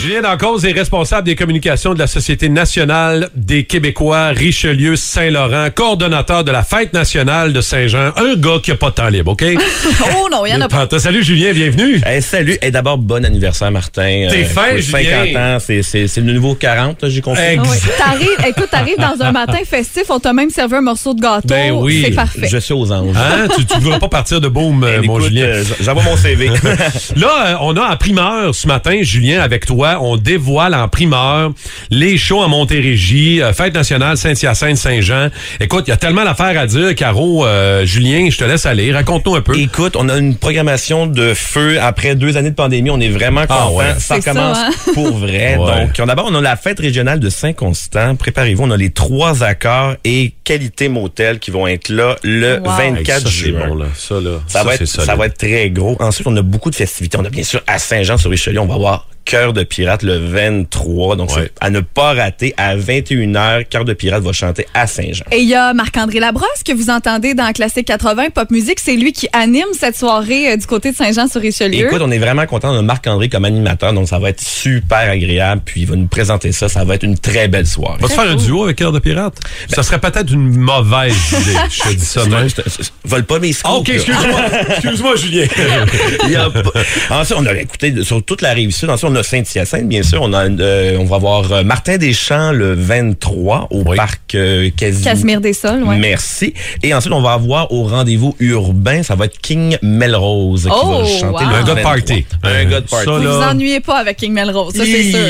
Julien Dancause est responsable des communications de la Société nationale des Québécois Richelieu-Saint-Laurent, coordonnateur de la fête nationale de Saint-Jean. Un gars qui a pas de temps libre, OK? oh non, il y en a pas. Salut Julien, bienvenue. Eh, salut. Et d'abord, bon anniversaire, Martin. T'es fin, oui, Julien. 50 ans, c'est- c'est c'est le nouveau 40, là, j'ai compris. Ex- Ah oui. T'arrives, écoute, t'arrives dans un matin festif, on t'a même servi un morceau de gâteau. Ben oui. C'est parfait. Je suis aux anges. Hein? tu ne voudras pas partir de boom, euh, Eh, mon écoute, Julien. euh, J'envoie mon CV. Là, euh, on a en primeur ce matin, Julien, avec toi, on dévoile en primeur les shows à Montérégie, euh, Fête nationale Saint-Hyacinthe, Saint-Jean. Écoute, il y a tellement d'affaires à dire, Caro, euh, Julien, je te laisse aller. Raconte-nous un peu. Écoute, on a une programmation de feu. Après deux années de pandémie, on est vraiment Ah content. ouais. Ça C'est ça, commence hein? pour vrai. Ouais. Donc, on- d'abord, on a la fête régionale de Saint-Constant. Préparez-vous, on a les trois accords et qualité motel qui vont être là le Wow. 24 c'est juin. bon, là. Ça, là. Ça, va c'est être, solide. ça va être très gros. Ensuite, on a beaucoup de festivités. On a bien sûr à Saint-Jean-sur-Richelieu, on va avoir Cœur de Pirate le 23. Donc, Ouais. c'est à ne pas rater, à 21h, Cœur de Pirate va chanter à Saint-Jean. Et il y a Marc-André Labrosse que vous entendez dans Classique 80 Pop Music. C'est lui qui anime cette soirée euh, du côté de Saint-Jean-sur-Richelieu. Écoute, on est vraiment content. On a Marc-André comme animateur, donc ça va être super agréable. Puis, il va nous présenter ça. Ça va être une très belle soirée. On va se faire un duo avec Cœur de Pirate? Ben, ça serait peut-être une mauvaise idée. Je te dis ça de même. Je te- je- je- Vole pas mes scoops, Ah, OK, là. excuse-moi. excuse-moi, Julien. Il y a pas- Ensuite, on a écouté sur toute la rive sud. Ensuite, on a Saint-Hyacinthe, bien sûr. On, a, euh, on va voir euh, Martin Deschamps le 23 au Oui. parc euh, Casimir. Casimir des Sols, ouais. Merci. Et ensuite, on va avoir au rendez-vous urbain, ça va être King Melrose qui Oh, va chanter wow. le Un gars de 23. party. Euh, Un gars de Ça, party. Vous vous là. ennuyez pas avec King Melrose, ça c'est sûr.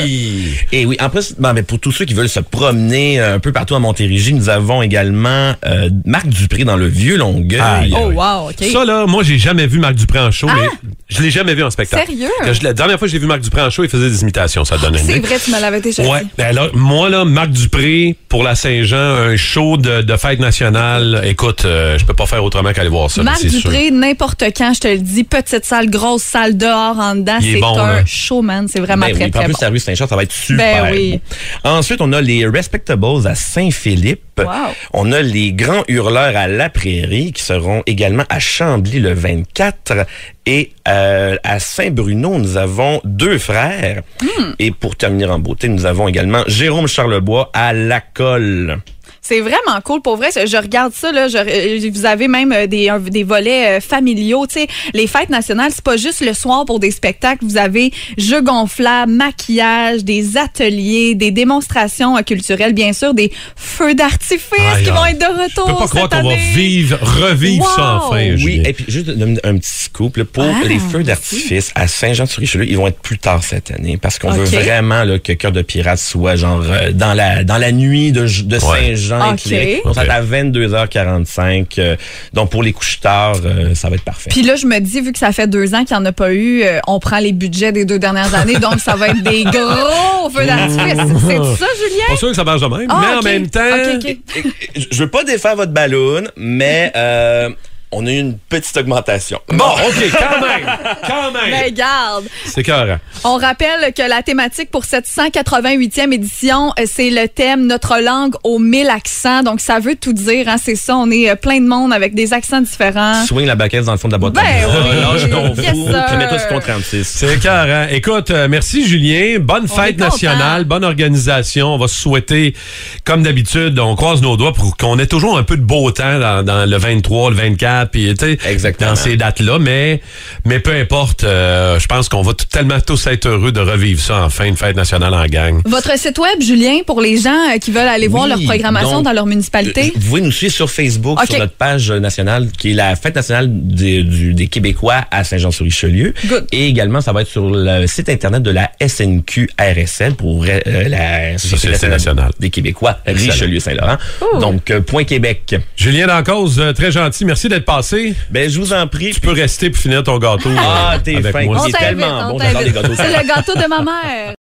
Et oui, en plus, ben, ben, pour tous ceux qui veulent se promener euh, un peu partout à Montérégie, nous avons également euh, Marc Dupré dans le Vieux Longueuil. Aïe. Oh wow, ok. Ah! Ça, là, moi, j'ai jamais vu Marc Dupré en show, mais je l'ai jamais vu en spectacle. Sérieux? Quand je- la dernière fois que j'ai vu Marc Dupré en show, il faisait des imitations, ça donne une c'est idée. vrai, tu me l'avais déjà Ouais. dit. Ben alors, moi, là, Marc Dupré, pour la Saint-Jean, un show de, de fête nationale. Écoute, euh, je peux pas faire autrement qu'aller voir ça, là, Marc c'est sûr. Dupré, n'importe quand, je te le dis, petite salle, grosse salle, dehors, en dedans, Il est c'est bon, un là. showman, c'est vraiment Ben très oui, puis très en plus, bon. la rue Saint-Charles, ça va être super. Ben oui. beau. Ensuite, on a les Respectables à Saint-Philippe. Wow. On a les Grands Hurleurs à La Prairie qui seront également à Chambly le 24. Et euh, à Saint-Bruno, nous avons deux frères. Hmm. Et pour terminer en beauté, nous avons également Jérôme Charlebois à La Colle. C'est vraiment cool pour vrai. Je regarde ça là. je- euh, vous avez même euh, des, un- des volets euh, familiaux. Tu sais, les fêtes nationales, c'est pas juste le soir pour des spectacles. Vous avez jeux gonflables, maquillage, des ateliers, des démonstrations euh, culturelles, bien sûr, des feux d'artifice Aïe, qui vont aïe. être de Je retour. peux pas croire cette qu'on va année. vivre, revivre ça Wow! enfin, Oui, Julien. et puis juste un, un petit scoop là, pour Ah, les feux d'artifice à Saint-Jean-sur-Richelieu, ils vont être plus tard cette année parce qu'on Ok. veut vraiment là, que Cœur de Pirate soit genre euh, dans la dans la nuit de, ju- de Ouais. Saint-Jean Ok. éclairé. On Ok. s'attend à 22h45. euh, donc pour les couches tard, euh, ça va être parfait. Puis là, je me dis, vu que ça fait deux ans qu'il n'y en a pas eu, euh, on prend les budgets des deux dernières années, donc ça va être des gros feux d'artifice. C'est ça, Pas Julien? sûr que ça marche de même, Ah, mais en ok. même temps, eh, Ok, ok. Et- et- Je veux pas défaire votre ballon, mais euh, on a eu une petite augmentation. Bon, OK, quand même, quand Ben, même. garde. C'est carré. On rappelle que la thématique pour cette 188e édition, euh, c'est le thème Notre langue aux mille accents. Donc, ça veut tout dire, hein, c'est ça. On est euh, plein de monde avec des accents différents. Swing la baguette dans le fond de la boîte. Ah. Ben à oui. bière. Lâche ton Yes, fou, sir. puis mets-toi sur ton 36. C'est carré. Écoute, euh, merci Julien. Bonne On est fête content. nationale, bonne organisation. On va se souhaiter, comme d'habitude, on croise nos doigts pour qu'on ait toujours un peu de beau temps dans, dans le 23, le 24, puis tu sais, Exactement. dans ces dates-là. Mais, mais peu importe, euh, je pense qu'on va tout- tellement tous être heureux de revivre ça en fin de fête nationale en gang. Votre site web, Julien, pour les gens euh, qui veulent aller voir Oui, leur programmation donc, euh, dans leur municipalité. Vous pouvez nous suivre sur Facebook, Ok. sur notre page nationale, qui est la fête nationale des, du- des Québécois à Saint-Jean-sur-Richelieu. Good. Et également, ça va être sur le site Internet de la SNQ-RSL pour euh, la Société nationale. des Québécois Excellent. Richelieu-Saint-Laurent. Donc, euh, point Québec. Julien Dancause, euh, très gentil. Merci d'être passé. Ben, je vous en prie. Tu peux rester pour finir ton gâteau. Ah, euh, t'es avec fin. moi. c'est t'invite, tellement on bon, j'adore les t'invite. gâteaux. C'est le gâteau de ma mère.